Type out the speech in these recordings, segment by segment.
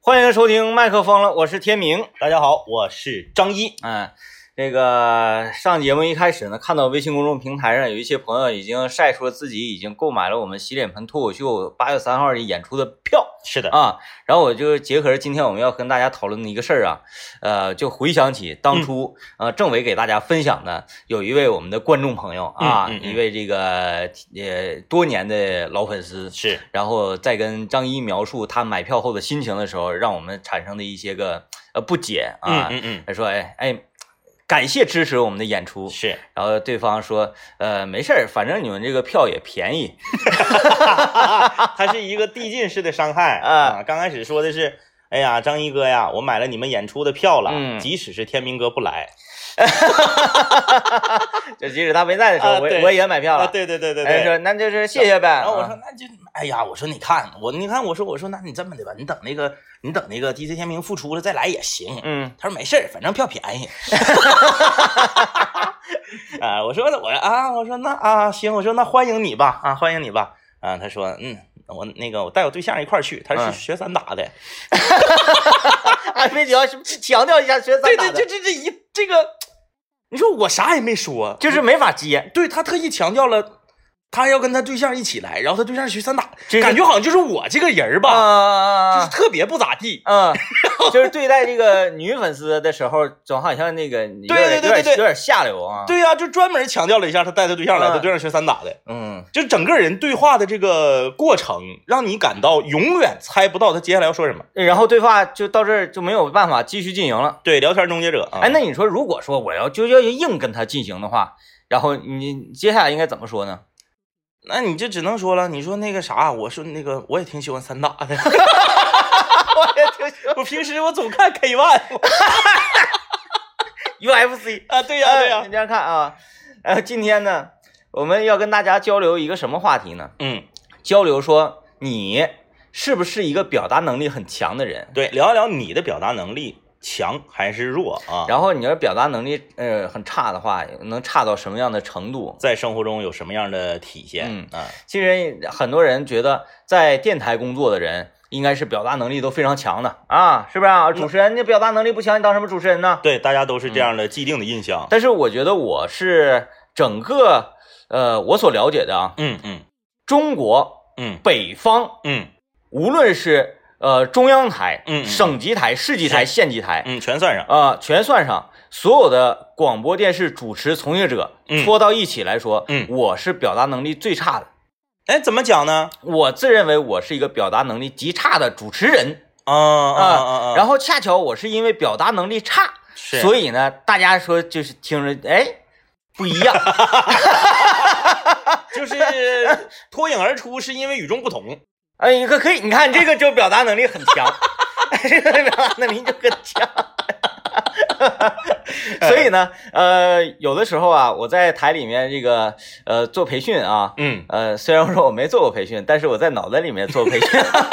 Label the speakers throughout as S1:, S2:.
S1: 欢迎收听麦克风了，我是天明。
S2: 大家好，我是张一。
S1: 嗯，这个上节目一开始呢，看到微信公众平台上有一些朋友已经晒出了自己已经购买了我们洗脸盆脱口秀八月三号的演出的票
S2: 是的，
S1: 啊。然后我就结合今天我们要跟大家讨论的一个事儿啊，呃，就回想起当初、
S2: 嗯
S1: 呃政委给大家分享的，有一位我们的观众朋友啊，
S2: 嗯嗯嗯
S1: 一位这个呃多年的老粉丝，
S2: 是
S1: 然后再跟张一描述他买票后的心情的时候，让我们产生的一些个呃不解啊。
S2: 嗯嗯
S1: 他说：“哎哎，感谢支持我们的演出
S2: 嗯，。是”
S1: 然后对方说：“呃，没事儿，反正你们这个票也便宜。
S2: 它啊是一个递进式的伤 害
S1: 啊
S2: 啊。刚开始说的是，哎呀，张一哥呀，我买了你们演出的票了，
S1: 嗯
S2: 即使是天明哥不来
S1: 就即使他没在的时候，
S2: 啊
S1: 我
S2: 对
S1: 我也买票了。
S2: 啊，对对对对
S1: 哎，
S2: 对。
S1: 说那就是谢谢呗。
S2: 然后我说
S1: 啊，
S2: 那就，哎呀，我说你看我，你看我说我说，那你这么的吧，你等那个，你等那个 DJ 天明复出了再来也行。
S1: 嗯，
S2: 他说没事儿，反正票便宜。 啊，我说我啊，我说那啊行，我说那欢迎你吧，啊欢迎你吧。啊，他说嗯，我那个我带我对象一块儿去，他
S1: 嗯
S2: 是学散打的。
S1: 哎，别强强调一下学散
S2: 对
S1: 打
S2: 对，
S1: 的，
S2: 就这这一这个，你说我啥也没说，
S1: 就是没法接，
S2: 对他特意强调了，他要跟他对象一起来，然后他对象学散打，
S1: 这是
S2: 感觉好像就是我这个人儿吧，就
S1: 啊
S2: 是。特别不咋地。
S1: 嗯，就是对待这个女粉丝的时候，总好像那个有点
S2: 对对对
S1: 有点
S2: 对对
S1: 有点下流啊。，
S2: 对呀、就专门强调了一下他带他对象来，
S1: 嗯
S2: 他对象学散打的。
S1: 嗯，
S2: 就整个人对话的这个过程，让你感到永远猜不到他接下来要说什么。
S1: 然后对话就到这儿就没有办法继续进行了。
S2: 对，聊天终结者啊，
S1: 哎，那你说，如果说我要就要硬跟他进行的话，然后你接下来应该怎么说呢？
S2: 那你就只能说了，你说那个啥，我说那个我也挺喜欢散打的，
S1: 我也挺喜欢
S2: 我平时我总看 K One
S1: UFC。
S2: 啊，对呀、
S1: 哎
S2: 对呀、
S1: 你这样看啊，呃，今天呢，我们要跟大家交流一个什么话题呢？
S2: 嗯，
S1: 交流说你是不是一个表达能力很强的人？
S2: 对，聊一聊你的表达能力强还是弱啊？
S1: 然后你要是表达能力呃很差的话，能差到什么样的程度？
S2: 在生活中有什么样的体现？嗯啊，
S1: 其实很多人觉得在电台工作的人应该是表达能力都非常强的啊，是不是
S2: 嗯
S1: 啊？主持人你表达能力不强，你当什么主持人呢？
S2: 对，大家都是这样的既定的印象。
S1: 但是我觉得我是整个呃我所了解的啊，
S2: 嗯嗯
S1: 中国
S2: 嗯
S1: 北方
S2: 嗯
S1: 无论是呃中央台、
S2: 嗯嗯
S1: 省级台、市级台、县级台
S2: 嗯，全算上。
S1: 啊、全算上所有的广播电视主持从业者
S2: 嗯
S1: 搓到一起来说，
S2: 嗯
S1: 我是表达能力最差的。
S2: 哎，怎么讲呢？
S1: 我自认为我是一个表达能力极差的主持人
S2: 啊啊
S1: 啊、
S2: 啊啊！
S1: 然后恰巧我是因为表达能力差，
S2: 是
S1: 所以呢，大家说就是听着，哎，不一样，
S2: 就是脱颖而出，是因为与众不同。
S1: 哎，你可可以，你看这个就表达能力很强，这个表达能力就很强。所以呢，呃，有的时候啊，我在台里面这个呃做培训啊，
S2: 嗯，
S1: 呃，虽然说我没做过培训，但是我在脑袋里面做培训，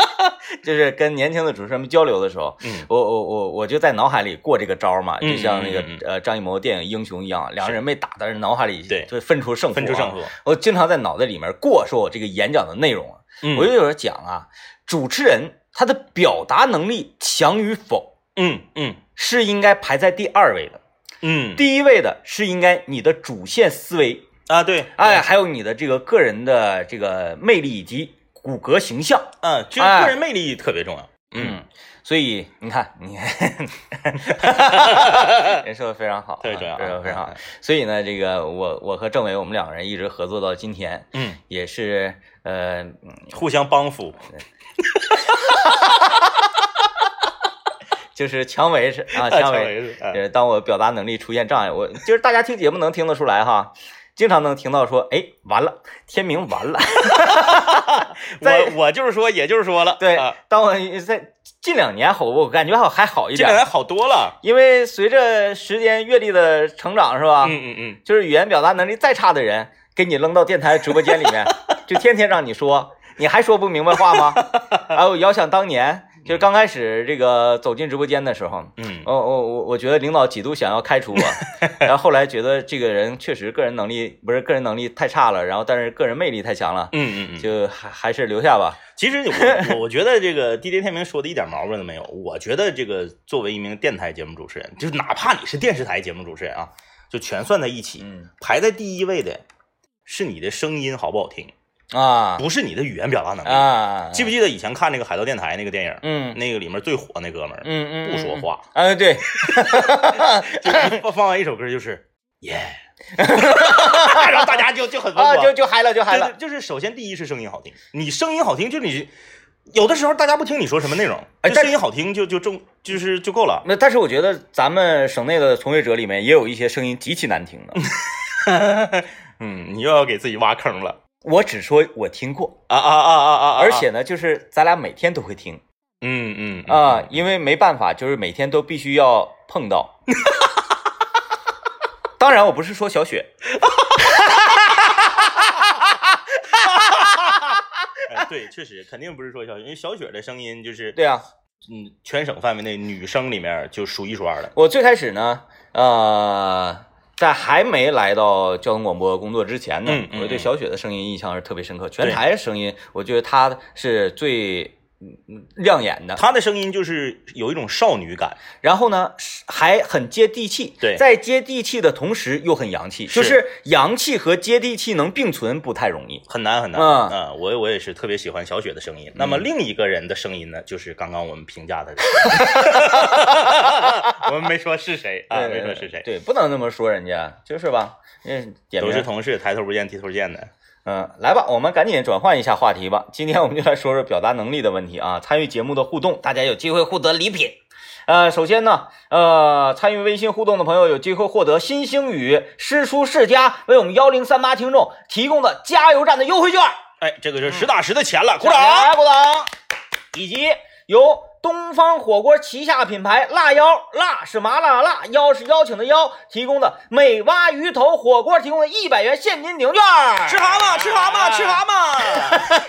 S1: 就是跟年轻的主持人们交流的时候，
S2: 嗯
S1: 我我我我就在脑海里过这个招儿嘛，
S2: 嗯
S1: 就像那个、
S2: 嗯嗯
S1: 呃张艺谋电影《英雄》一样，两个人没打，但是脑海里
S2: 对
S1: 就分出胜负、啊
S2: 分出胜负。。
S1: 我经常在脑袋里面过说我这个演讲的内容啊，
S2: 嗯
S1: 我就有人讲啊，主持人他的表达能力强与否
S2: 嗯嗯
S1: 是应该排在第二位的，
S2: 嗯
S1: 第一位的是应该你的主线思维，
S2: 啊，对，
S1: 哎，还有你的这个个人的这个魅力以及骨骼形象。
S2: 嗯，就
S1: 哎
S2: 个人魅力特别重要。嗯，
S1: 嗯，所以你看， 你 人说的非常好啊，
S2: 特别重要啊
S1: 说的非常好。所以呢，这个我我和政委我们两个人一直合作到今天，
S2: 嗯，
S1: 也是呃，嗯
S2: 互相帮扶。
S1: 就是强维是 啊，
S2: 啊
S1: 强
S2: 成
S1: 维
S2: 为是
S1: 就
S2: 哎
S1: 是当我表达能力出现障碍，我就是大家听节目能听得出来哈，经常能听到说，哎，完了，天明完 了。在
S2: 我我就是说，也就是说了，
S1: 对
S2: 啊，
S1: 当我在近两年好，我感觉好还好一
S2: 这两
S1: 点
S2: 年，好多了。
S1: 因为随着时间阅历的成长，是吧？
S2: 嗯嗯嗯，
S1: 就是语言表达能力再差的人，给你扔到电台直播间里 面，就天天让你说，你还说不明白话吗？哎，我遥想当年，就是刚开始这个走进直播间的时候，
S2: 嗯
S1: 我我我我觉得领导几度想要开除 我，然后后来觉得这个人确实个人能力不是个人能力太差了，然后但是个人魅力太强了，
S2: 嗯嗯嗯，
S1: 就还还是留下吧。
S2: 其实我我我觉得这个 DJ 天明说的一点毛病都没有。我觉得这个作为一名电台节目主持人，就是哪怕你是电视台节目主持人啊，就全算在一起，
S1: 嗯
S2: 排在第一位的是你的声音好不好听，
S1: 啊
S2: 不是你的语言表达能力。
S1: 啊，
S2: 记不记得以前看那个《海盗电台》那个电影，
S1: 嗯
S2: 那个里面最火那哥们儿、
S1: 嗯嗯，
S2: 不说话，
S1: 嗯。啊，对，
S2: 就一放放完一首歌就是耶，然后大家就就很
S1: 啊，
S2: 温
S1: 就
S2: 暖。
S1: 就嗨了，就嗨
S2: 对
S1: 了
S2: 对，。就是首先第一是声音好听，你声音好听，就你有的时候大家不听你说什么内容，
S1: 哎
S2: 就
S1: 但
S2: 声音好听就就中就是就够了。
S1: 那但是我觉得咱们省内的从业者里面也有一些声音极其难听的，
S2: 嗯，你又要给自己挖坑了
S1: 我只说我听过，
S2: 啊啊啊啊啊！啊
S1: 而且呢，就是咱俩每天都会听
S2: 嗯嗯嗯
S1: 啊、因为没办法，就是每天都必须要碰 到。当然，我不是说小雪，
S2: 哎对，确实肯定不是说小雪，因为小雪的声音就是
S1: 对啊，
S2: 嗯，全省范围内女生里面就数一数二的。
S1: 我最开始呢，呃，在还没来到交通广播工作之前呢，
S2: 嗯嗯
S1: 我对
S2: 嗯
S1: 小雪的声音印象是特别深刻，全
S2: 对
S1: 台的声音，我觉得她是最嗯嗯亮眼的。
S2: 她的声音就是有一种少女感，
S1: 然后呢，是还很接地气。
S2: 对
S1: 在接地气的同时又很洋气，
S2: 是
S1: 就是洋气和接地气能并存不太容易。
S2: 很难很难。
S1: 嗯
S2: 嗯，我我也是特别喜欢小雪的声音。那么另一个人的声音呢，就是刚刚我们评价的， 我们没说是谁啊，没
S1: 对
S2: 说是谁，
S1: 呃对，不能那么说人家，就是吧？嗯，点
S2: 都是
S1: 名，
S2: 同事，抬头不见低头见的。
S1: 嗯，来吧，我们赶紧转换一下话题吧。今天我们就来说说表达能力的问题啊，参与节目的互动，大家有机会获得礼品。呃，首先呢，呃，参与微信互动的朋友有机会获得新星宇诗书世家为我们幺零三八听众提供的加油站的优惠券。
S2: 哎，这个是实打实的钱
S1: 嗯
S2: 了，鼓掌！
S1: 来鼓掌，以及由东方火锅旗下品牌辣腰辣是麻辣的辣，邀是邀请的邀提供的美蛙鱼头火锅提供的一百元现金礼物券，
S2: 吃蛤蟆，吃蛤蟆，吃
S1: 蟆。
S2: 蛤蟆！
S1: 啊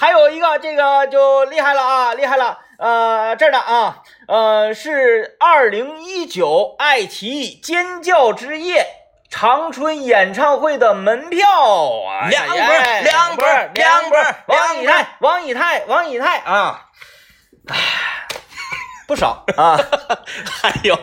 S1: 还有一个这个就厉害了啊，厉害了。呃，这儿的啊，呃，是二零一九爱奇艺《尖叫之夜》长春演唱会的门票啊，
S2: 两本
S1: 哎
S2: 两本
S1: 两哎本，
S2: 两
S1: 王以
S2: 本
S1: 太，王以太，王以太啊，唉，不少啊
S2: 还有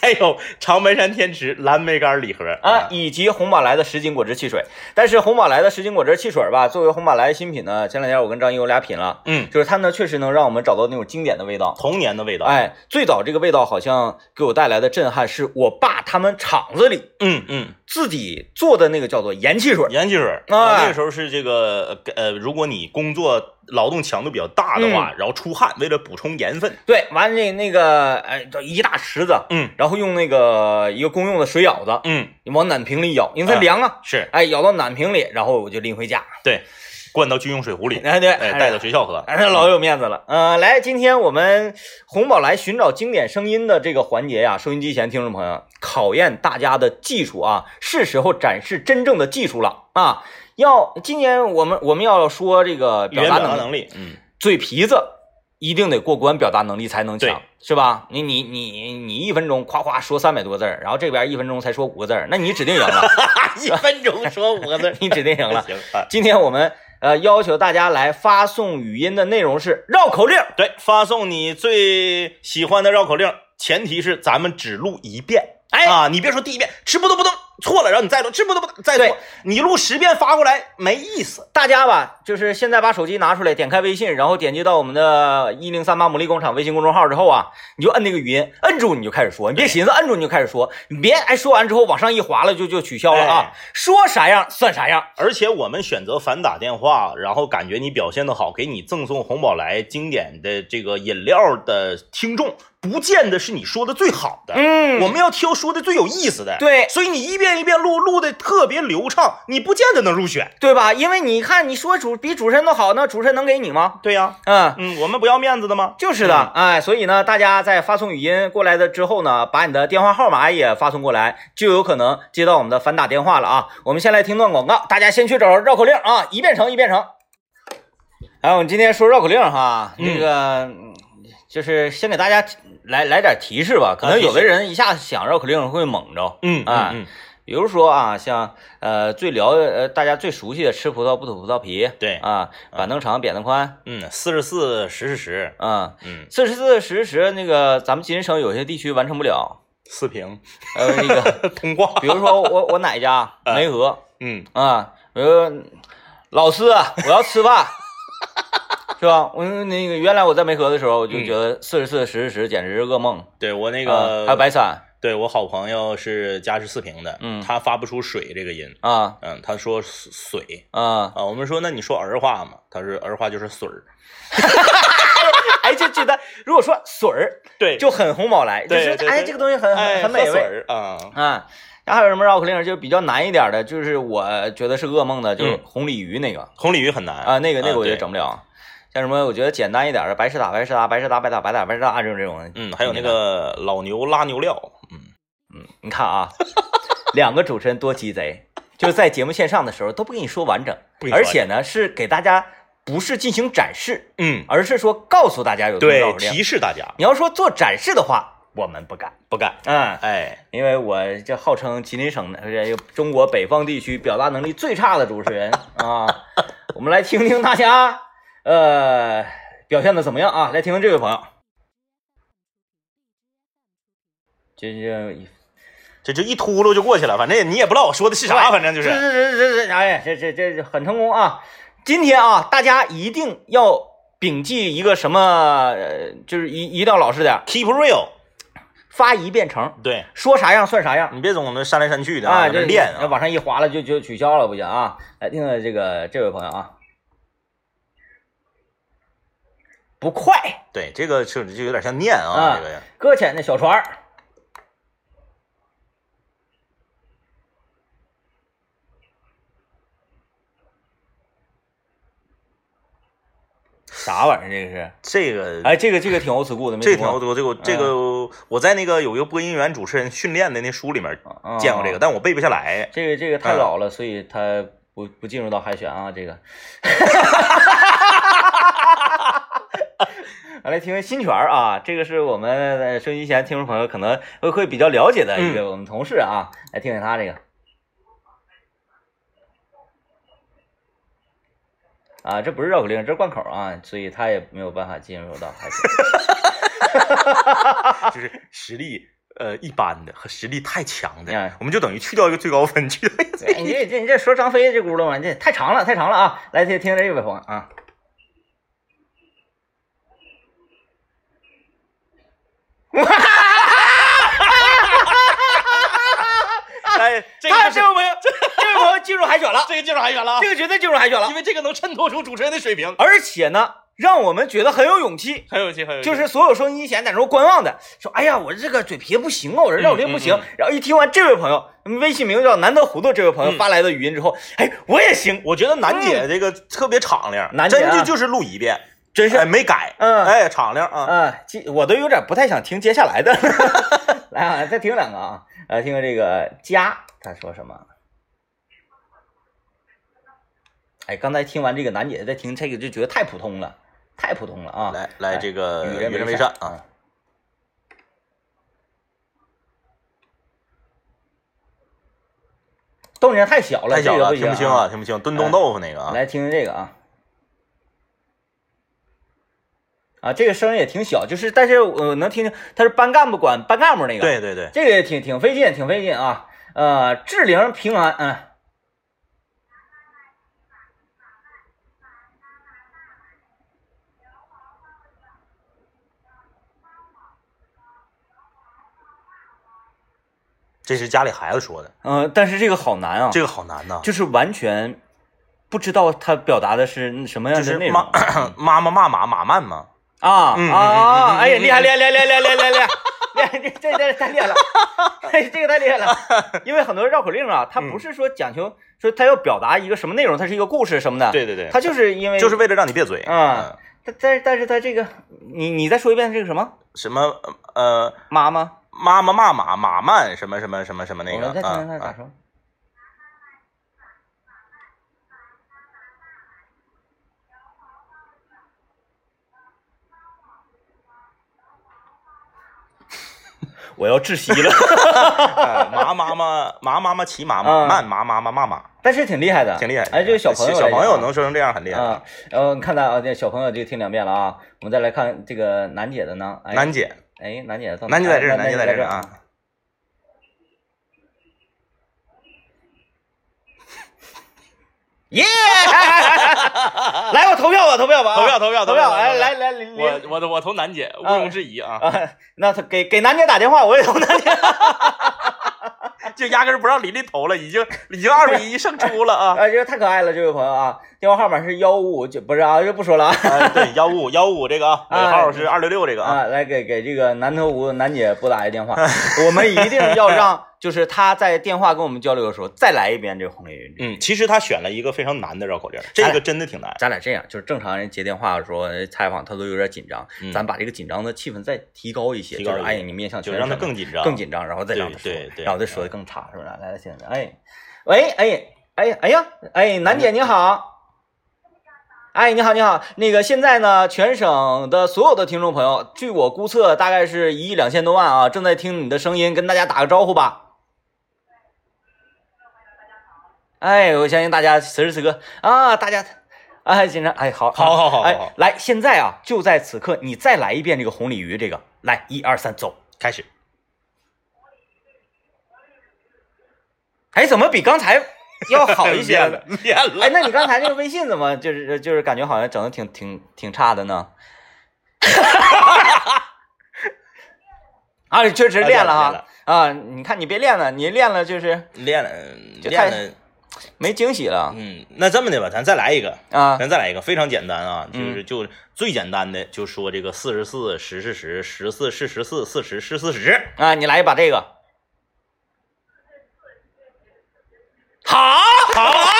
S2: 还有长白山天池蓝莓干礼盒
S1: 啊，，以及红宝来的十斤果汁汽水。但是红宝来的十斤果汁汽水吧，作为红宝来的新品呢，前两天我跟张一有俩品了，
S2: 嗯，
S1: 就是它呢确实能让我们找到那种经典的味道。
S2: 童年的味道。
S1: 哎，最早这个味道好像给我带来的震撼，是我爸他们厂子里
S2: 嗯嗯，
S1: 自己做的那个叫做盐汽水。
S2: 盐汽水，
S1: 哎
S2: 那个时候是这个呃呃，如果你工作劳动强度比较大的话，然后出汗，为了补充盐分，
S1: 对，完了那那个哎，叫一大池子，
S2: 嗯
S1: 然后用那个一个公用的水舀子，
S2: 嗯，
S1: 你往暖瓶里舀，因为它
S2: 嗯
S1: 凉啊，
S2: 是
S1: 哎，舀到暖瓶里，然后我就拎回家。
S2: 对，灌到军用水壶里，
S1: 哎，对，
S2: 哎，带到
S1: 去。
S2: 学校喝。
S1: 哎，老有面子了。呃，来，今天我们红宝来寻找经典声音的这个环节呀、收音机前听众朋友，考验大家的技术啊，是时候展示真正的技术了啊！要今年我们我们要说这个
S2: 语言
S1: 表达能
S2: 表达
S1: 力，
S2: 能力，嗯，
S1: 嘴皮子一定得过关，表达能力才能强
S2: 对，
S1: 是吧？你你你你一分钟夸夸说三百多字儿，然后这边一分钟才说五个字儿，那你指定赢了，
S2: 一分钟说五个 字
S1: 你指定赢了。
S2: 行啊。
S1: 今天我们呃要求大家来发送语音的内容是绕口令儿。
S2: 对，发送你最喜欢的绕口令，前提是咱们只录一遍。
S1: 哎
S2: 啊，你别说第一遍吃不动不动错了，然后你再录吃不动不动再
S1: 对
S2: 错，你录十遍发过来没意思。
S1: 大家吧，就是现在把手机拿出来，点开微信，然后点击到我们的一零三八魔力工厂微信公众号之后啊，你就摁那个语音，摁住你就开始说，你别寻思摁住你就开始说，你别哎说完之后往上一划了就就取消了啊，说啥样算啥样。
S2: 而且我们选择反打电话，然后感觉你表现的好，给你赠送红宝来经典的这个饮料的听众，不见得是你说的最好的。
S1: 嗯
S2: 我们要挑说的最有意思的。
S1: 对
S2: 所以你一遍一遍录，录的特别流畅，你不见得能入选。
S1: 对吧？因为你看你说主比主持人都好，那主持人能给你吗？
S2: 对呀、
S1: 嗯。
S2: 嗯，我们不要面子的吗？
S1: 就是的，哎，所以呢，大家在发送语音过来的之后呢，把你的电话号码也发送过来，就有可能接到我们的反打电话了啊。我们先来听段广告，大家先去找绕口令啊，哎一遍成一遍成。来，我们今天说绕口令哈，
S2: 嗯
S1: 这个嗯就是先给大家提来来点提示吧，可能有的人一下子想绕口令会猛着。
S2: 嗯
S1: 啊
S2: 嗯嗯，
S1: 比如说啊，像呃最了呃大家最熟悉的吃葡萄不吐葡萄皮，
S2: 对
S1: 啊，板凳长扁担宽，
S2: 嗯，四十四十是十，
S1: 啊，
S2: 嗯，
S1: 四十四十十那个咱们吉林省有些地区完成不 了，
S2: 四平
S1: 呃那个
S2: 通话，
S1: 比如说我我奶家梅河
S2: 嗯
S1: 啊，我说老师我要吃 饭。是吧？我那个原来我在梅河的时候，我就觉得四十四十十简直是噩梦。
S2: 对我嗯那
S1: 啊还有
S2: 个，
S1: 白伞
S2: 对我好朋友是家是四平的，
S1: 嗯
S2: 他发不出水这个音，
S1: 啊
S2: 嗯，他说水
S1: 啊！
S2: 啊，我们说那你说儿话嘛，他说儿话就是水儿，
S1: 哎，就觉得如果说水儿
S2: 对就
S1: 就很红宝来，就
S2: 对
S1: 是
S2: 对
S1: 哎
S2: 对
S1: 这个东西很很
S2: 哎
S1: 很美
S2: 喝水
S1: 味
S2: 儿啊，
S1: 啊。然后还有什么绕口令，就比较难一点的，就是我觉得是噩梦的，就是
S2: 嗯
S1: 红鲤鱼那个
S2: 红鲤鱼很难
S1: 啊，那个那个我觉得
S2: 对
S1: 整不了。像什么我觉得简单一点的，白石打白石打白石打白打白打白石打这种这种，
S2: 嗯，还有那个老牛拉牛料，嗯，
S1: 你看啊， 两个主持人多鸡贼，就是在节目线上的时候都不跟你说完整
S2: 不跟，你说
S1: 而
S2: 完整
S1: 且呢是给大家不是进行展示，
S2: 嗯，
S1: 而是说告诉大家有这么绕
S2: 对，
S1: 口令。
S2: 提示大家
S1: 你要说做展示的话，我们不敢。
S2: 不干，
S1: 嗯，
S2: 哎，
S1: 因为我这号称吉林省的这个中国北方地区表达能力最差的主持人 啊。我们来听听大家呃表现的怎么样啊？来听听这位朋友，这这哎
S2: 这就一秃噜就过去了，反正也你也不知道我说的是啥，反正就
S1: 这
S2: 是，
S1: 这这这这哎呀，这这这这很成功啊！今天啊，大家一定要摒弃一个什么，呃，就是一一定要老实点儿，
S2: keep real，
S1: 发一遍成。
S2: 对
S1: 说啥样算啥样
S2: 你别总那删来删去的
S1: 啊！
S2: 这
S1: 这
S2: 练
S1: 这
S2: 啊，
S1: 往上一划拉就就取消了，不行啊！来听听这个这位朋友啊，不快，
S2: 对，这个就就有点像念
S1: 啊
S2: 啊，这个
S1: 搁浅的小船儿，啥玩意儿？这个是？
S2: 这个
S1: 哎，这个这个挺 old school 的，没
S2: 这
S1: 听
S2: 条
S1: 过。
S2: 多，这个这个我在那个有一个播音员主持人训练的那书里面
S1: 啊
S2: 见过这个，但我背不下来。
S1: 这个这个太老了，所以他不不进入到海选啊。这个， 来听听新泉儿啊，这个是我们呃收音机前听众朋友可能会会比较了解的一个我们同事啊，来听听他这个。啊，这不是绕口令，这是贯口啊，所以他也没有办法进入到海选。
S2: 就是实力呃一般的和实力太强
S1: 哎
S2: 的，我们就等于去掉一个最高分，去掉一个 最
S1: 哎你这这你这说张飞这轱辘嘛，这太长了，太长了啊！来听听这位朋友啊，
S2: 哎，这
S1: 他
S2: 个
S1: 这位朋友，这位朋友进入海选了，
S2: 这个进入海选了啊
S1: 这，个绝对进入海选了
S2: 因。为这个能衬托出主持人的水平，
S1: 而且呢，让我们觉得很有勇气，
S2: 很有趣，很有趣
S1: 就是所有收音机前在那儿观望的，说：“哎呀，我这个嘴皮子不行啊，我这绕口令不行。
S2: 嗯
S1: 然后一听完这位朋友，微信名叫“难得糊涂”这位朋友
S2: 嗯
S1: 发来的语音之后，哎，我也行，嗯
S2: 我觉得楠姐这个特别敞亮，
S1: 楠姐啊
S2: 真就就是录一遍，
S1: 真是
S2: 哎没改，
S1: 嗯
S2: 哎敞亮啊，
S1: 啊，记我都有点不太想听接下来的。 来啊，再听两个啊，呃，听听这个家他说什么？哎，刚才听完这个楠姐再听这个就觉得太普通了，太普通了啊！
S2: 来来这个
S1: 与人
S2: 与人为
S1: 善
S2: 善啊，
S1: 动静太小了，
S2: 太小
S1: 这个
S2: 了，
S1: 行
S2: 听不清
S1: 啊。
S2: 啊，听不清，炖冻豆腐那个啊，
S1: 来听听这个啊，啊，这个声儿也挺小，就是但是我能听听，他是班干部管班干部那个，
S2: 对对对，
S1: 这个也挺挺费劲，挺费劲啊。呃，志玲平安，嗯。
S2: 这是家里孩子说的，
S1: 嗯、但是这个好难啊，
S2: 这个好难呐，
S1: 就是完全不知道他表达的是什么样
S2: 就
S1: 的
S2: 是
S1: 内容
S2: 妈 妈妈骂马马慢嘛，
S1: 啊
S2: 嗯嗯
S1: 啊啊！
S2: 嗯嗯
S1: 哎呀，
S2: 嗯
S1: 厉害厉害厉害厉害厉害厉害厉害！ 这这这太厉害了， 哎，这个太厉害 了，因为很多绕口令啊，它
S2: 嗯
S1: 不是说讲求说他要表达一个什么内容，它是一个故事什么的，
S2: 对对对，
S1: 它就是因为
S2: 就是为了让你别嘴嗯
S1: 啊，但但但是他这个，你你再说一遍这个什么
S2: 嗯什么呃
S1: 妈妈？
S2: 妈妈骂马马慢什么什么什么什么那
S1: 我们哦
S2: 个
S1: 再听听他
S2: 啊
S1: 咋
S2: 啊，
S1: 说。
S2: 我要窒息了。哎麻妈妈，麻妈妈骑妈妈，
S1: 嗯
S2: 慢麻妈妈骂妈，
S1: 但是挺厉害的，
S2: 挺厉害。
S1: 哎，这个小朋友来
S2: 小
S1: 讲
S2: 朋友
S1: 啊
S2: 能说成这样很厉害。
S1: 啊，呃，看到啊，这小朋友这个听两遍了啊，我们再来看这个楠姐的呢，哎，
S2: 楠姐，
S1: 哎，楠姐的到哪，
S2: 楠姐在这
S1: 哎
S2: 儿，
S1: 楠
S2: 楠姐
S1: 姐
S2: 在
S1: 在
S2: 这儿
S1: 儿
S2: 啊。。
S1: 耶！ 来吧，投票吧，投票吧啊，
S2: 投票投票
S1: 投
S2: 投票
S1: 哎，
S2: 投票
S1: 来来，林
S2: 我我的我投楠姐，毋
S1: 啊
S2: 庸置疑啊，
S1: 啊，那他给给楠姐打电话，我也投楠 姐。
S2: 啊就压根儿不让琳琳投了，已经已经二比一胜出了啊。
S1: 啊，这个太可爱了，这位朋友啊，电话号码是幺五五九，不是啊，就不说了啊。
S2: 哎，对，幺五幺五这个啊，尾
S1: 啊
S2: 号是二六六这个 啊。
S1: 啊，来给给这个南头吴楠姐拨打一 电话，我们一定要让，就是她在电话跟我们交流的时候再来一遍这个红莲云之。
S2: 嗯，其实他选了一个非常难的绕口令，这个真的挺难。
S1: 咱俩这样，就是正常人接电话的时候呃采访，他都有点紧张，
S2: 嗯
S1: 咱把这个紧张的气氛再提高一些，
S2: 提高
S1: 就是
S2: 一些
S1: 哎，你面向
S2: 就
S1: 全
S2: 让他
S1: 场
S2: 更紧张
S1: 更紧张，然后再让他说，
S2: 对对对嗯
S1: 然后再说的更差，是不是？来来，行，哎，喂，哎哎哎呀，哎，楠姐你好。哎，你好，你好。那个现在呢，全省的所有的听众朋友，据我估测，大概是一亿两千多万啊，正在听你的声音，跟大家打个招呼吧。哎，我相信大家此时此刻啊，大家，哎，紧张，哎，好，
S2: 好好好好
S1: 哎
S2: 好，
S1: 来，现在啊，就在此刻，你再来一遍这个红鲤鱼，这个，来，一二三，走。
S2: 开始，
S1: 哎，怎么比刚才要好一些了
S2: 练了？， 练了。
S1: 哎，那你刚才那个微信怎么就是就是感觉好像整的挺挺挺差的呢？ 啊，确实
S2: 啊
S1: 练
S2: 练
S1: 了
S2: 了
S1: 哈啊！你看你别练了，你练了就是
S2: 练了，
S1: 就
S2: 练
S1: 太
S2: 了，
S1: 没惊喜了
S2: 嗯，那这么的吧，咱再来一个，
S1: 啊！
S2: 咱再来一个，非常简单啊，就
S1: 嗯
S2: 是就最简单的，就说这个四十四、十是十、十四是十四、四十是四十。
S1: 啊，你来一把这个。好，好，好，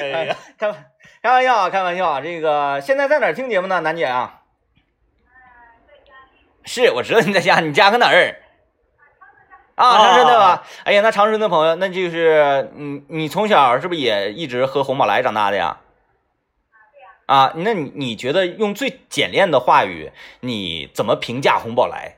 S2: 哎呀，
S1: 开玩开玩笑啊，开玩笑啊！这个现在在哪儿听节目呢，楠姐啊？是，我知道你在家，你家搁哪儿？啊，
S2: 啊
S1: 长春的吧？哎呀，那长春的朋友，那就是你，你从小是不是也一直喝红宝来长大的呀？啊，那你你觉得用最简练的话语，你怎么评价红宝来？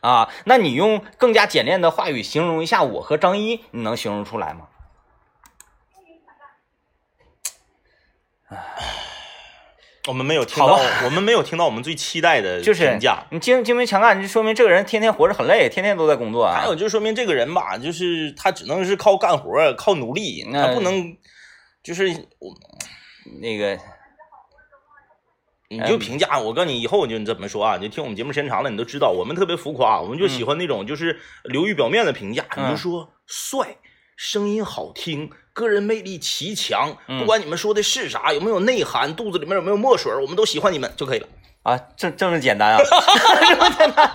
S1: 啊，那你用更加简练的话语形容一下我和张一，你能形容出来吗？
S2: 我们没有听
S1: 好
S2: 到
S1: 吧，
S2: 我们没有听到我们最期待的
S1: 就是
S2: 评价。
S1: 你精精明强干，就说明这个人天天活着很累，天天都在工作啊
S2: 还。有就说明这个人吧，就是他只能是靠干活、靠努力，
S1: 那
S2: 他不能就是我，
S1: 那个
S2: 你就评价我，告诉你以后你就你怎么说啊？你就听我们节目时间长了，你都知道我们特别浮夸，啊我们就喜欢那种就是流于表面的评价，
S1: 嗯
S2: 你就说帅。声音好听，个人魅力奇强，
S1: 嗯
S2: 不管你们说的是啥，有没有内涵，肚子里面有没有墨水，我们都喜欢你们就可以了。
S1: 啊，这这么简单啊， 这么简单、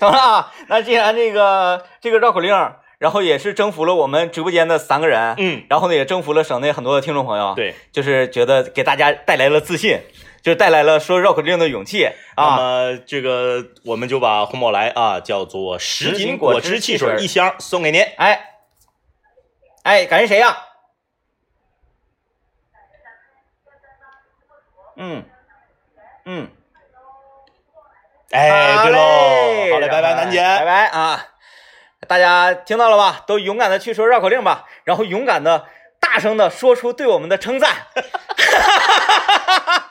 S1: 懂了啊？那既然这个这个绕口令儿，然后也是征服了我们直播间的三个人，
S2: 嗯，
S1: 然后呢也征服了省内很多的听众朋友，，
S2: 对
S1: 就是觉得给大家带来了自信，就是带来了说绕口令的勇气
S2: 那
S1: 啊。
S2: 么这个我们就把红宝来啊叫做十
S1: 十斤
S2: 斤
S1: 果
S2: 果
S1: 汁
S2: 汁
S1: 汽
S2: 汽水
S1: 水
S2: 一箱送给您。
S1: 哎，哎，感谢谁呀、嗯，嗯，
S2: 哎，对喽，好嘞，
S1: 嘞，
S2: 拜拜，楠姐，
S1: 拜拜啊！大家听到了吧？都勇敢的去说绕口令吧，然后勇敢的、大声的说出对我们的称 赞，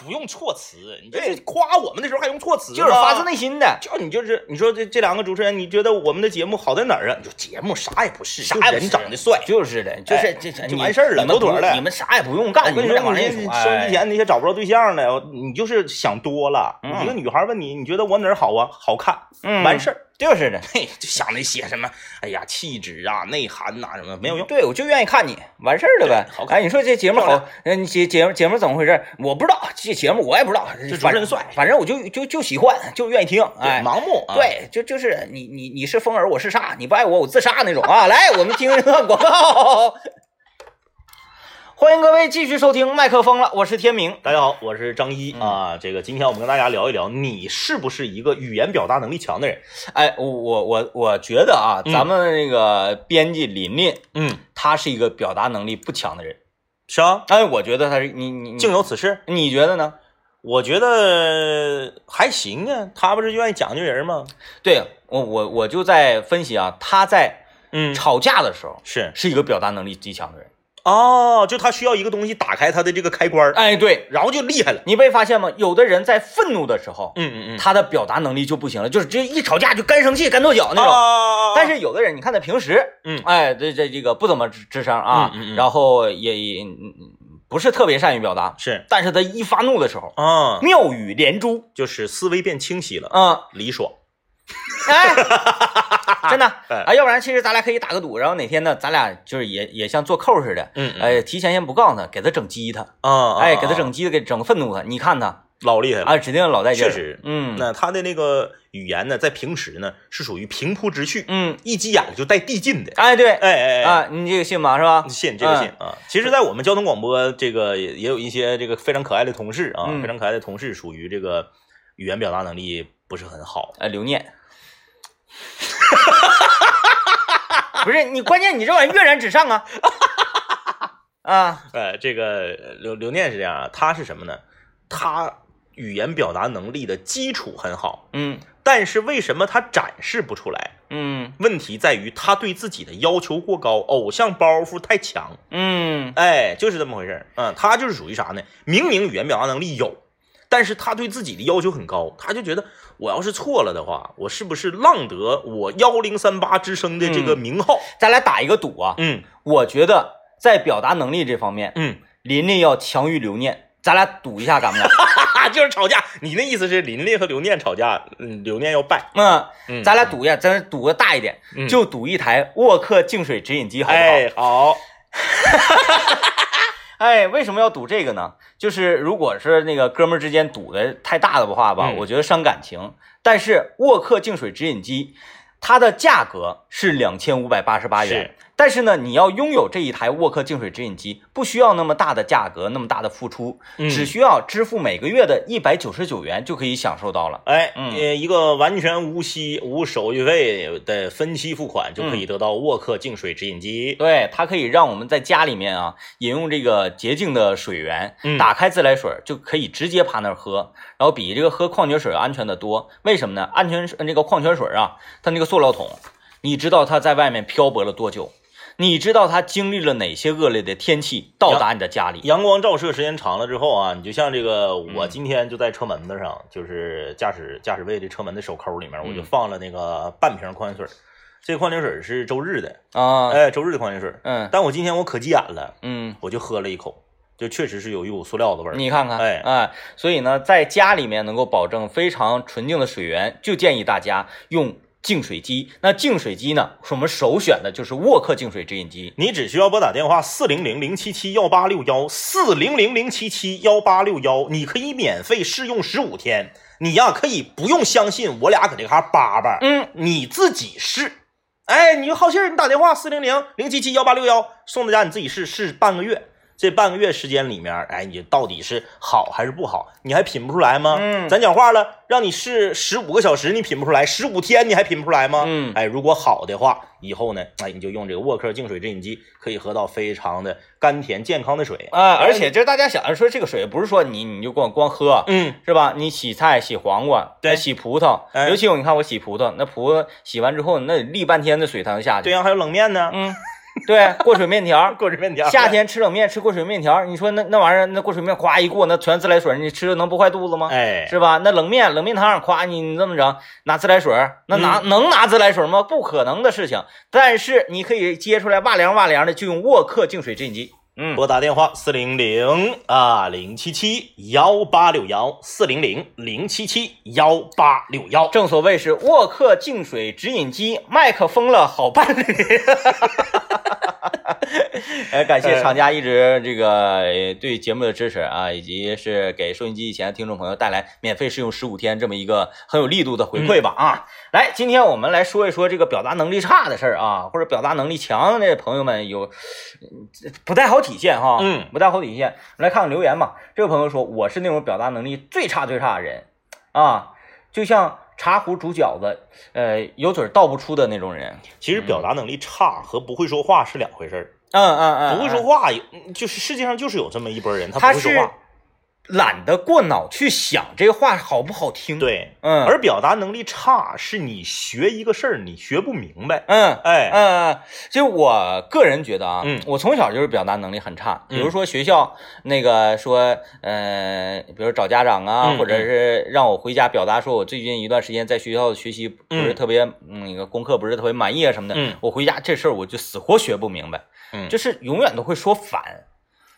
S2: 不用措辞，你这是夸我们的时候还用措辞吗，
S1: 就是发自内心的。
S2: 就你就是你说这这两个主持人，你觉得我们的节目好在哪儿啊？你说节目啥也不是，
S1: 啥
S2: 就
S1: 也不
S2: 人
S1: 是
S2: 长得帅。
S1: 就是的，哎就是这这
S2: 哎就完事儿了
S1: 你们
S2: 妥妥
S1: 不
S2: 的
S1: 你们啥也不用干，
S2: 我跟
S1: 你
S2: 你
S1: 们
S2: 说，
S1: 往
S2: 你
S1: 那一
S2: 这
S1: 杵
S2: 收之前那些找不着对象的，你就是想多了。
S1: 嗯
S2: 一个女孩问你，你觉得我哪儿好啊？好看，
S1: 嗯
S2: 完事儿，
S1: 就是的，
S2: 嘿，就想那些什么，哎呀，气质啊、内涵呐、什么没有用。
S1: 对，我就愿意看你完事儿了呗。
S2: 对好看
S1: 哎，你说这节目
S2: 漂
S1: 好
S2: 亮，
S1: 嗯，节节目节目怎么回事？我不知道，这节目我也不知道。
S2: 主
S1: 反
S2: 持人帅
S1: 反正我就就就喜欢，就愿意听。
S2: 对
S1: 哎，
S2: 盲目啊，，
S1: 对，就就是你你你是风儿，我是沙，你不爱我，我自杀那种啊！来，我们听一段广告。 欢迎各位继续收听麦克风了，我是天明。
S2: 大家好，我是张
S1: 嗯
S2: 一啊。这个今天我们跟大家聊一聊，你是不是一个语言表达能力强的人？
S1: 哎，我我我我觉得啊，
S2: 嗯
S1: 咱们那个编辑琳琳，
S2: 嗯，
S1: 她是一个表达能力不强的人。
S2: 是啊，
S1: 哎，我觉得她是你你你
S2: 竟有此事。
S1: 你觉得呢？
S2: 我觉得还行啊，他不是愿意讲究人吗？
S1: 对我我我就在分析啊，他在
S2: 嗯，
S1: 吵架的时候
S2: 是
S1: 是一个表达能力极强的人。
S2: 哦，就他需要一个东西打开他的这个开关，
S1: 哎，对
S2: 然后就厉害了。
S1: 你被发现吗？有的人在愤怒的时候，
S2: 嗯嗯嗯，
S1: 他的表达能力就不行了，就是这一吵架就干生气、干跺脚那种。
S2: 啊
S1: 但是有的人，你看他平时，
S2: 嗯
S1: 哎，这这这个不怎么吱吱声啊，
S2: 嗯嗯嗯
S1: 然后也也嗯嗯不是特别善于表达，
S2: 是
S1: 但是他一发怒的时候，
S2: 啊，
S1: 妙语连珠，
S2: 就是思维变清晰了，
S1: 嗯，
S2: 李爽。
S1: 哎，真的
S2: 哎
S1: 啊，要不然其实咱俩可以打个赌，然后哪天呢，咱俩就是也也像做扣似的，
S2: 嗯嗯
S1: 哎，提前先不告诉他，给他整激他，
S2: 啊，
S1: 哎，
S2: 啊
S1: 给他
S2: 啊
S1: 整激他，给整愤怒他，你看他
S2: 老厉害了。
S1: 啊，指定老带劲儿，
S2: 确实
S1: 嗯，
S2: 那他的那个语言呢，在平时呢是属于平铺直叙，
S1: 嗯，
S2: 一急眼就带递进的。
S1: 哎，对，
S2: 哎哎哎，
S1: 啊，你这个信吧，是吧？
S2: 信这个信
S1: 嗯
S2: 啊，其实，在我们交通广播这个也也有一些这个非常可爱的同事啊，
S1: 嗯
S2: 非常可爱的同事属于这个语言表达能力不是很好。
S1: 呃，留念。 不是你，关键你这玩意儿跃然纸上 啊！啊，
S2: 呃，这个呃刘刘念是这样啊，他是什么呢？他语言表达能力的基础很好，
S1: 嗯
S2: 但是为什么他展示不出来？
S1: 嗯
S2: 问题在于他对自己的要求过高，偶像包袱太强。
S1: 嗯
S2: 哎，就是这么回事儿。嗯，他就是属于啥呢？明明语言表达能力有，但是他对自己的要求很高，他就觉得我要是错了的话，我是不是浪得我幺零三八之声的这个名号？
S1: 咱俩打一个赌啊！
S2: 嗯
S1: 我觉得在表达能力这方面，
S2: 嗯，
S1: 琳琳要强于留念。咱俩赌一下，敢不敢？
S2: 哈哈，就是吵架。你那意思是林林和刘念吵架，嗯，刘念要败。
S1: 嗯，
S2: 嗯
S1: 咱俩赌一下，咱赌个大一点，
S2: 嗯
S1: 就赌一台沃克净水直饮机，好不好？
S2: 哎，好，
S1: 哎，为什么要赌这个呢？就是如果是那个哥们儿之间赌的太大的话吧，
S2: 嗯
S1: 我觉得伤感情。但是沃克净水直饮机，它的价格是两千五百八十八元
S2: 是。
S1: 但是呢，你要拥有这一台沃克净水直饮机，不需要那么大的价格，那么大的付出，
S2: 嗯
S1: 只需要支付每个月的一百九十九元就可以享受到了。
S2: 哎，
S1: 嗯
S2: 呃，一个完全无息、无手续费的分期付款就可以得到沃克净水直饮机。
S1: 对，它可以让我们在家里面啊，饮用这个洁净的水源，
S2: 嗯
S1: 打开自来水儿就可以直接趴那儿喝，然后比这个喝矿泉水儿安全的多。为什么呢？安全水那个矿泉水儿啊，它那个塑料桶，你知道它在外面漂泊了多久？你知道它经历了哪些恶劣的天气到达你的家里？
S2: 阳光照射时间长了之后啊，你就像这个，
S1: 嗯
S2: 我今天就在车门子上，就是驾驶驾驶位的车门的手抠里面，
S1: 嗯
S2: 我就放了那个半瓶矿泉水。这矿泉水是周日的，
S1: 啊，
S2: 哎，周日的矿泉水。
S1: 嗯
S2: 但我今天我可急眼了，
S1: 嗯，
S2: 我就喝了一口，就确实是有一股塑料的味儿。
S1: 你看看，
S2: 哎
S1: 哎，所以呢，在家里面能够保证非常纯净的水源，就建议大家用。净水机，那净水机呢？是我们首选的就是沃克净水直饮机。
S2: 你只需要拨打电话四零零零七七幺八六幺四零零零七七幺八六幺，你可以免费试用十五天。你呀、可以不用相信我俩搁这嘎叭叭，
S1: 嗯，
S2: 你自己试。哎，你就好信儿，你打电话四零零零七七幺八六幺送到家，你自己试试半个月。这半个月时间里面，哎，你到底是好还是不好，你还品不出来吗？
S1: 嗯
S2: 咱讲话了，让你试十五个小时，你品不出来；十五天，你还品不出来吗？
S1: 嗯
S2: 哎，如果好的话，以后呢，哎，你就用这个沃克净水直饮机，可以喝到非常的甘甜健康的水。
S1: 啊，而且就是大家想着说，这个水不是说你你就光光喝，
S2: 嗯，
S1: 是吧？你洗菜、洗黄瓜，
S2: 对
S1: 还洗葡萄，
S2: 哎
S1: 尤其我你看我洗葡萄，那葡萄洗完之后，那得沥半天的水才能下去。
S2: 对呀、还有冷面呢，，
S1: 嗯，对，过水面条
S2: 过着面条。
S1: 嗯夏，天吃冷面吃过水面条，你说那那玩意儿，那过水面夸一过，那全自来水，你吃了能不坏肚子吗？
S2: 哎，
S1: 是吧？那冷面、冷面汤，夸你你这么整，拿自来水儿，那拿、能拿自来水吗？不可能的事情。但是你可以接出来哇凉哇凉的，就用沃克净水直饮机。嗯，
S2: 拨打电话四零零啊零七七幺八六幺四零零零七七幺八六幺。
S1: 正所谓是沃克净水直饮机，麦克风了好伴 侣。呃，感谢厂家一直这个呃对节目的支持啊，以及是给收音机前的听众朋友带来免费试用十五天这么一个很有力度的回馈吧啊！来，今天我们来说一说这个表达能力差的事儿啊，或者表达能力强的朋友们有嗯不太好体现哈，
S2: 嗯
S1: 不太好体现。我们来看看留言吧。这位朋友说，我是那种表达能力最差最差的人啊，就像茶壶煮饺子，呃，有嘴儿倒不出的那种人。
S2: 其实表达能力差和不会说话是两回事儿。
S1: 嗯嗯嗯，
S2: 不会说话，嗯就是世界上就是有这么一拨人，
S1: 他
S2: 不会说
S1: 是
S2: 话。
S1: 懒得过脑去想这话好不好听。，
S2: 对，
S1: 嗯，
S2: 而表达能力差是你学一个事儿你学不明白，
S1: 嗯。
S2: 哎，
S1: 呃，就我个人觉得啊，
S2: 嗯
S1: 我从小就是表达能力很差。比
S2: 嗯
S1: 如说学校那个说，呃，比如找家长啊，
S2: 嗯
S1: 或者是让我回家表达说我最近一段时间在学校学习不是
S2: 嗯
S1: 特别，嗯，那个功课不是特别满意啊什么的。
S2: 嗯
S1: 我回家这事儿我就死活学不明白，
S2: 嗯
S1: 就是永远都会说反，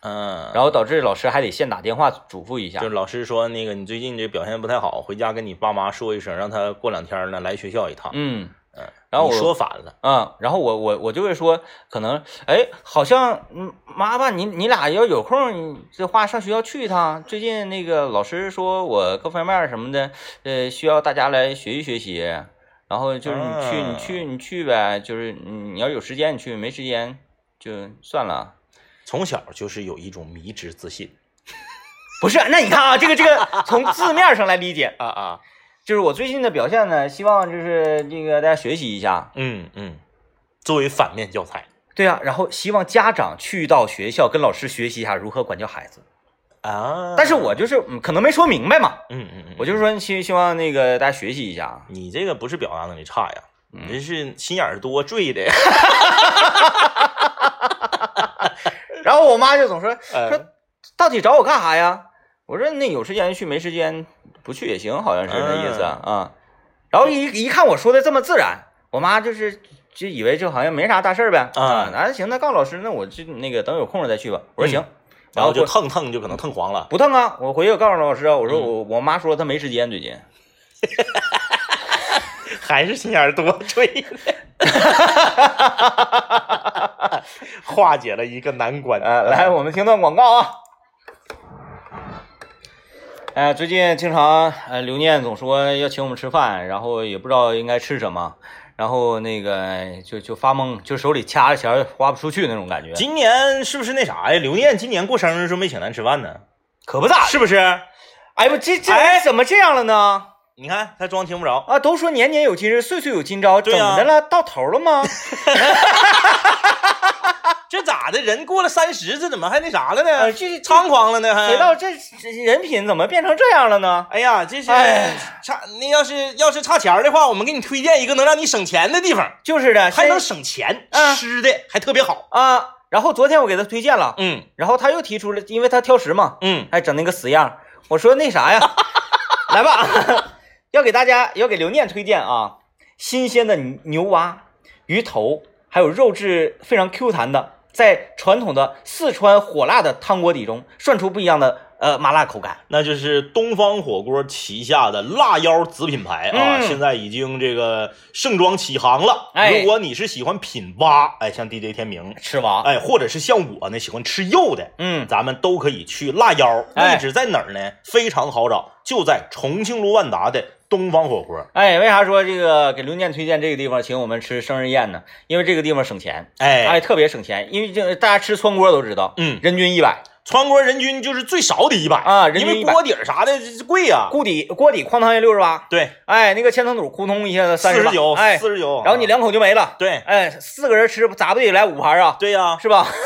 S2: 嗯，
S1: 然后导致老师还得先打电话嘱咐一下
S2: 就是。老师说那个你最近这表现不太好，回家跟你爸妈说一声，让他过两天呢来学校一趟。
S1: 嗯，
S2: 嗯，
S1: 然后
S2: 你
S1: 我
S2: 说反了，
S1: 嗯，然后我我我就会说，可能哎，好像嗯，妈吧，你你俩要有空的话，上学校去一趟。最近那个老师说我各方面儿什么的，呃，需要大家来学习学习。然后就是你去、你去你去呗，就是你你要有时间你去，没时间就算了。
S2: 从小就是有一种迷之自信
S1: 不是，那你看啊，这个这个从字面上来理解，
S2: 啊啊，
S1: 就是我最近的表现呢，希望就是这个大家学习一下。
S2: 嗯嗯，作为反面教材
S1: 对啊，然后希望家长去到学校跟老师学习一下如何管教孩子。
S2: 啊，
S1: 但是我就是嗯可能没说明白嘛，
S2: 嗯嗯嗯，
S1: 我就是说希希望那个大家学习一下啊。
S2: 你这个不是表达能力差呀，你这是心眼儿多坠 的。
S1: 然后我妈就总说
S2: 哎
S1: 说到底找我干啥呀？我说那有时间去，没时间不去也行，好像是那意思
S2: 嗯
S1: 啊。啊然后一一看我说的这么自然，我妈就是就以为就好像没啥大事儿呗
S2: 啊
S1: 那行，那告诉老师，那我就那个等有空了再去吧。我说行
S2: 嗯，然后就
S1: 我
S2: 蹭蹭就可能蹭黄了。
S1: 不烫啊。我回去我告诉老师啊，我说
S2: 嗯
S1: 我我妈说她没时间最近。
S2: 还是心眼儿多坠，化解了一个难关。啊
S1: 呃，来，我们听段广告啊。呃，最近经常呃，刘念总说要请我们吃饭，然后也不知道应该吃什么，然后那个就就发懵，就手里掐着钱儿花不出去那种感觉，
S2: 今年是不是那啥呀？刘念今年过生日时候没请咱吃饭呢，
S1: 可不咋的。
S2: 是不是？
S1: 哎呦，这这人怎么这样了呢？
S2: 你看他装听不着，
S1: 啊，都说年年有今日，岁岁有今朝，怎
S2: 对啊
S1: 么的了？到头了吗？
S2: 这咋的？人过了三十，这怎么还那啥了
S1: 呃，
S2: 呢？
S1: 这这
S2: 猖狂了呢？还
S1: 谁到这这人品怎么变成这样了呢？
S2: 哎呀，这是
S1: 哎
S2: 差那要是要是差钱儿的话，我们给你推荐一个能让你省钱的地方，
S1: 就是的，
S2: 还能
S1: 谁
S2: 省钱，
S1: 嗯
S2: 吃的还特别好。
S1: 啊。然后昨天我给他推荐了，
S2: 嗯
S1: 然后他又提出了，因为他挑食嘛，
S2: 嗯，
S1: 还整那个死样儿。我说那啥呀， 来吧， 要给大家要给刘念推荐啊，新鲜的牛蛙、鱼头，还有肉质非常 Q 弹的，在传统的四川火辣的汤锅底中涮出不一样的呃麻辣口感。
S2: 那就是东方火锅旗下的辣腰子品牌啊，
S1: 嗯
S2: 现在已经这个盛装起航了。
S1: 哎
S2: 如果你是喜欢品蛙，哎，像 DJ 天明，
S1: 吃王，
S2: 哎，或者是像我呢喜欢吃肉的，
S1: 嗯，
S2: 咱们都可以去辣腰。
S1: 哎
S2: 位置在哪儿呢？非常好找，就在重庆路万达的东方火锅。
S1: 哎，为啥说这个给刘念推荐这个地方请我们吃生日宴呢？因为这个地方省钱，哎，
S2: 哎，
S1: 特别省钱，因为这大家吃川锅都知道，
S2: 嗯，
S1: 人均一百，
S2: 川锅人均就是最少得一百
S1: 啊人均
S2: 因为
S1: 100
S2: 锅底儿啥的这贵呀、
S1: 锅底锅底哐当也六十八，
S2: 对，
S1: 哎，那个千层肚扑通一下子
S2: 四
S1: 三
S2: 十九，啊
S1: 哎，
S2: 四十九。
S1: 然后你两口就没了。
S2: 对
S1: 哎，四个人吃咋不得来五盘啊？
S2: 对呀、
S1: 是吧？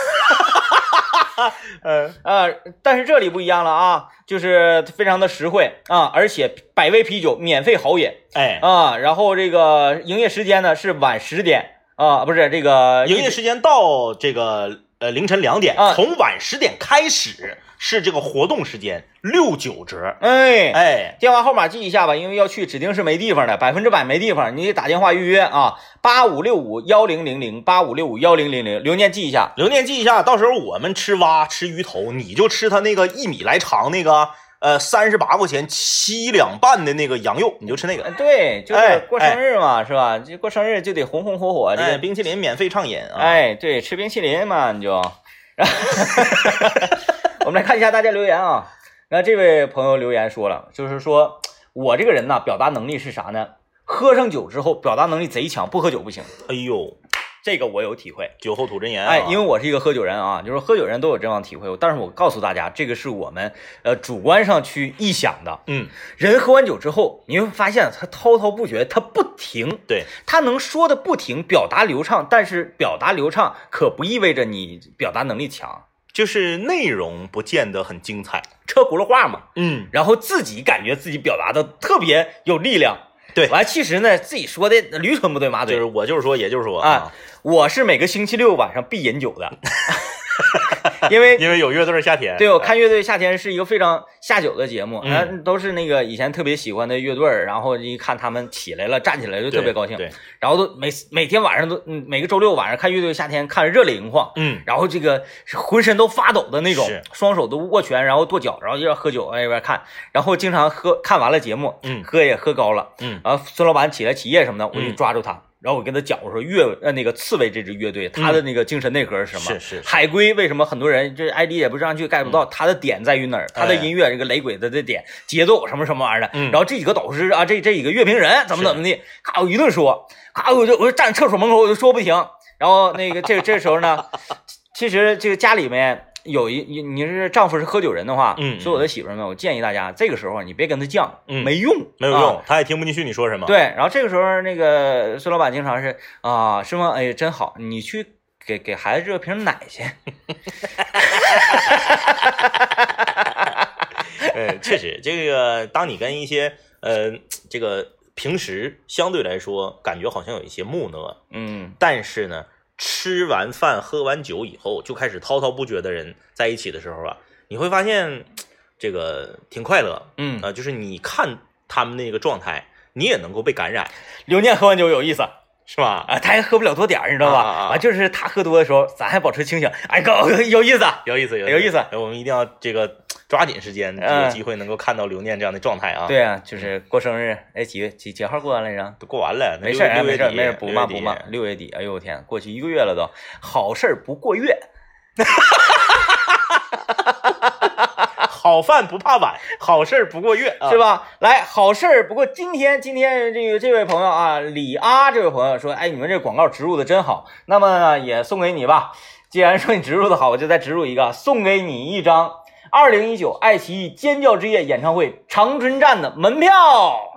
S2: 嗯，
S1: 呃，但是这里不一样了啊，就是非常的实惠啊，而且百威啤酒免费豪饮
S2: 哎，
S1: 啊，然后这个营业时间呢是晚十点啊，不是这个
S2: 营业时间到这个呃凌晨两点
S1: 啊，
S2: 从晚十点开始是这个活动时间，六九折。
S1: 哎。
S2: 哎，
S1: 电话号码记一下吧，因为要去指定是没地方的，百分之百没地方，你得打电话预约啊，八五六五幺零零零，八五六五幺零零零，留念记一下。
S2: 留念记一下，到时候我们吃蛙吃鱼头，你就吃它那个一米来长那个呃三十八块钱七两半的那个羊肉，你就吃那
S1: 呃
S2: 个。
S1: 对，就
S2: 哎
S1: 是过生日嘛，是吧？这过生日就得红红火火，这
S2: 哎，
S1: 个
S2: 冰淇淋免费畅饮啊！，
S1: 哎，对，吃冰淇淋嘛，你就。 我们来看一下大家留言啊。那这位朋友留言说了，就是说我这个人呐，表达能力是啥呢？喝上酒之后，表达能力贼强，不喝酒不行。
S2: 哎呦，
S1: 这个我有体会。
S2: 酒后吐真言啊！
S1: 哎，因为我是一个喝酒人啊，就是喝酒人都有这样的体会。但是我告诉大家，这个是我们呃主观上去臆想的。
S2: 嗯，
S1: 人喝完酒之后，你会发现他滔滔不绝，他不停，
S2: 对，
S1: 他能说的不停，表达流畅，但是表达流畅可不意味着你表达能力强。
S2: 就是内容不见得很精彩。
S1: 车轱辘话嘛，
S2: 嗯，
S1: 然后自己感觉自己表达的特别有力量，
S2: 对
S1: 完其实呢自己说的驴唇不对马
S2: 就
S1: 嘴
S2: 是我就是说，也就是说
S1: 啊，。我是每个星期六晚上必饮酒的， 因 为
S2: 因为有乐队儿夏哎天，
S1: 对，我看乐队夏天是一个非常下酒的节目，
S2: 嗯
S1: 嗯，都是那个以前特别喜欢的乐队儿，然后一看他们起来了，站起来就
S2: 对
S1: 特别高兴，
S2: 对，
S1: 然后都每每天晚上都，嗯，每个周六晚上看乐队夏天看热泪盈眶，
S2: 嗯，
S1: 然后这个是浑身都发抖的那种
S2: 是，
S1: 双手都握拳，然后跺脚，然后一边喝酒一边看，然后经常喝看完了节目，
S2: 嗯
S1: 喝也喝高了，
S2: 嗯
S1: 然后孙老板起来起夜什么的，我就
S2: 嗯
S1: 抓住他。然后我跟他讲，我说乐呃那个刺猬这支乐队，他的那个精神内核是什么？
S2: 嗯是是是嗯
S1: 海龟为什么很多人这 ID 也不上去 get 不到？他的点在于哪儿？他的
S2: 哎
S1: 音乐这个雷鬼的这点节奏什么什么玩意儿的？
S2: 嗯
S1: 然后这几个导师啊，这这几个乐评人怎么怎么地，咔我一顿说，咔我就我就站厕所门口我就说不停。然后那个这这时候呢， 其实这个家里面有一你你是丈夫是喝酒人的话，
S2: 嗯嗯
S1: 所有的媳妇儿们，我建议大家这个时候啊你别跟他犟，
S2: 嗯
S1: 没用，
S2: 没有
S1: 啊
S2: 用，他也听不进去你说什么。，
S1: 对，然后这个时候那个孙老板经常是啊，师傅，哎，真好，你去给给孩子热瓶奶去。
S2: 呃，确实，这个当你跟一些呃，这个平时相对来说感觉好像有一些木讷，
S1: 嗯，
S2: 但是呢，吃完饭喝完酒以后就开始滔滔不绝的人在一起的时候啊，你会发现这个挺快乐，
S1: 嗯，
S2: 呃，就是你看他们那个状态，你也能够被感染，
S1: 刘念喝完酒有意思
S2: 是吧？
S1: 啊，他也喝不了多点儿，你知道吧？
S2: 啊啊啊
S1: 完就是他喝多的时候，咱还保持清醒，哎，哥 有意思。
S2: 有意思，有
S1: 有意思
S2: 哎我们一定要这个抓紧时间，
S1: 嗯
S2: 有机会能够看到刘念这样的状态啊。，
S1: 对啊，就是过生日，哎，几几几号过完来着？
S2: 都过完了，那
S1: 没
S2: 六
S1: 事儿，哎
S2: 六
S1: 没
S2: 月
S1: 事儿，
S2: 底
S1: 没事儿，不骂
S2: 六
S1: 不
S2: 月底
S1: 骂。六月底，哎呦我天，过去一个月了都，好事儿不过月，
S2: 好饭不怕晚，好事儿不过月啊，
S1: 是？吧？来，好事儿。不过今天，今天这个这位朋友啊，李阿这位朋友说，哎，你们这广告植入的真好，那么呢也送给你吧。既然说你植入的好，我就再植入一个，送给你一张二零一九爱奇艺《尖叫之夜》演唱会长春站的门票。